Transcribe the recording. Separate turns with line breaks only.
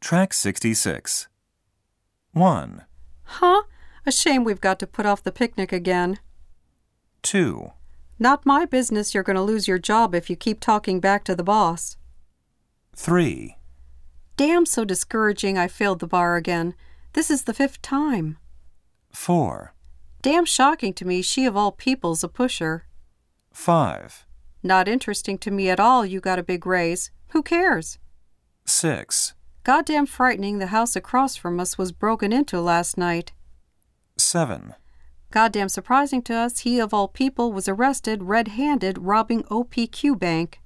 Track 66. 1,
Huh? A shame we've got to put off the picnic again.
2,
Not my business you're going to lose your job if you keep talking back to the boss.
3,
Damn, so discouraging I failed the bar again. This is the fifth time.
4,
Damn shocking to me, she of all people's a pusher.
5,
Not interesting to me at all, you got a big raise. Who cares?
6,
Goddamn frightening, the house across from us was broken into last night.
7,
Goddamn surprising to us, he of all people was arrested red handed robbing OPQ Bank.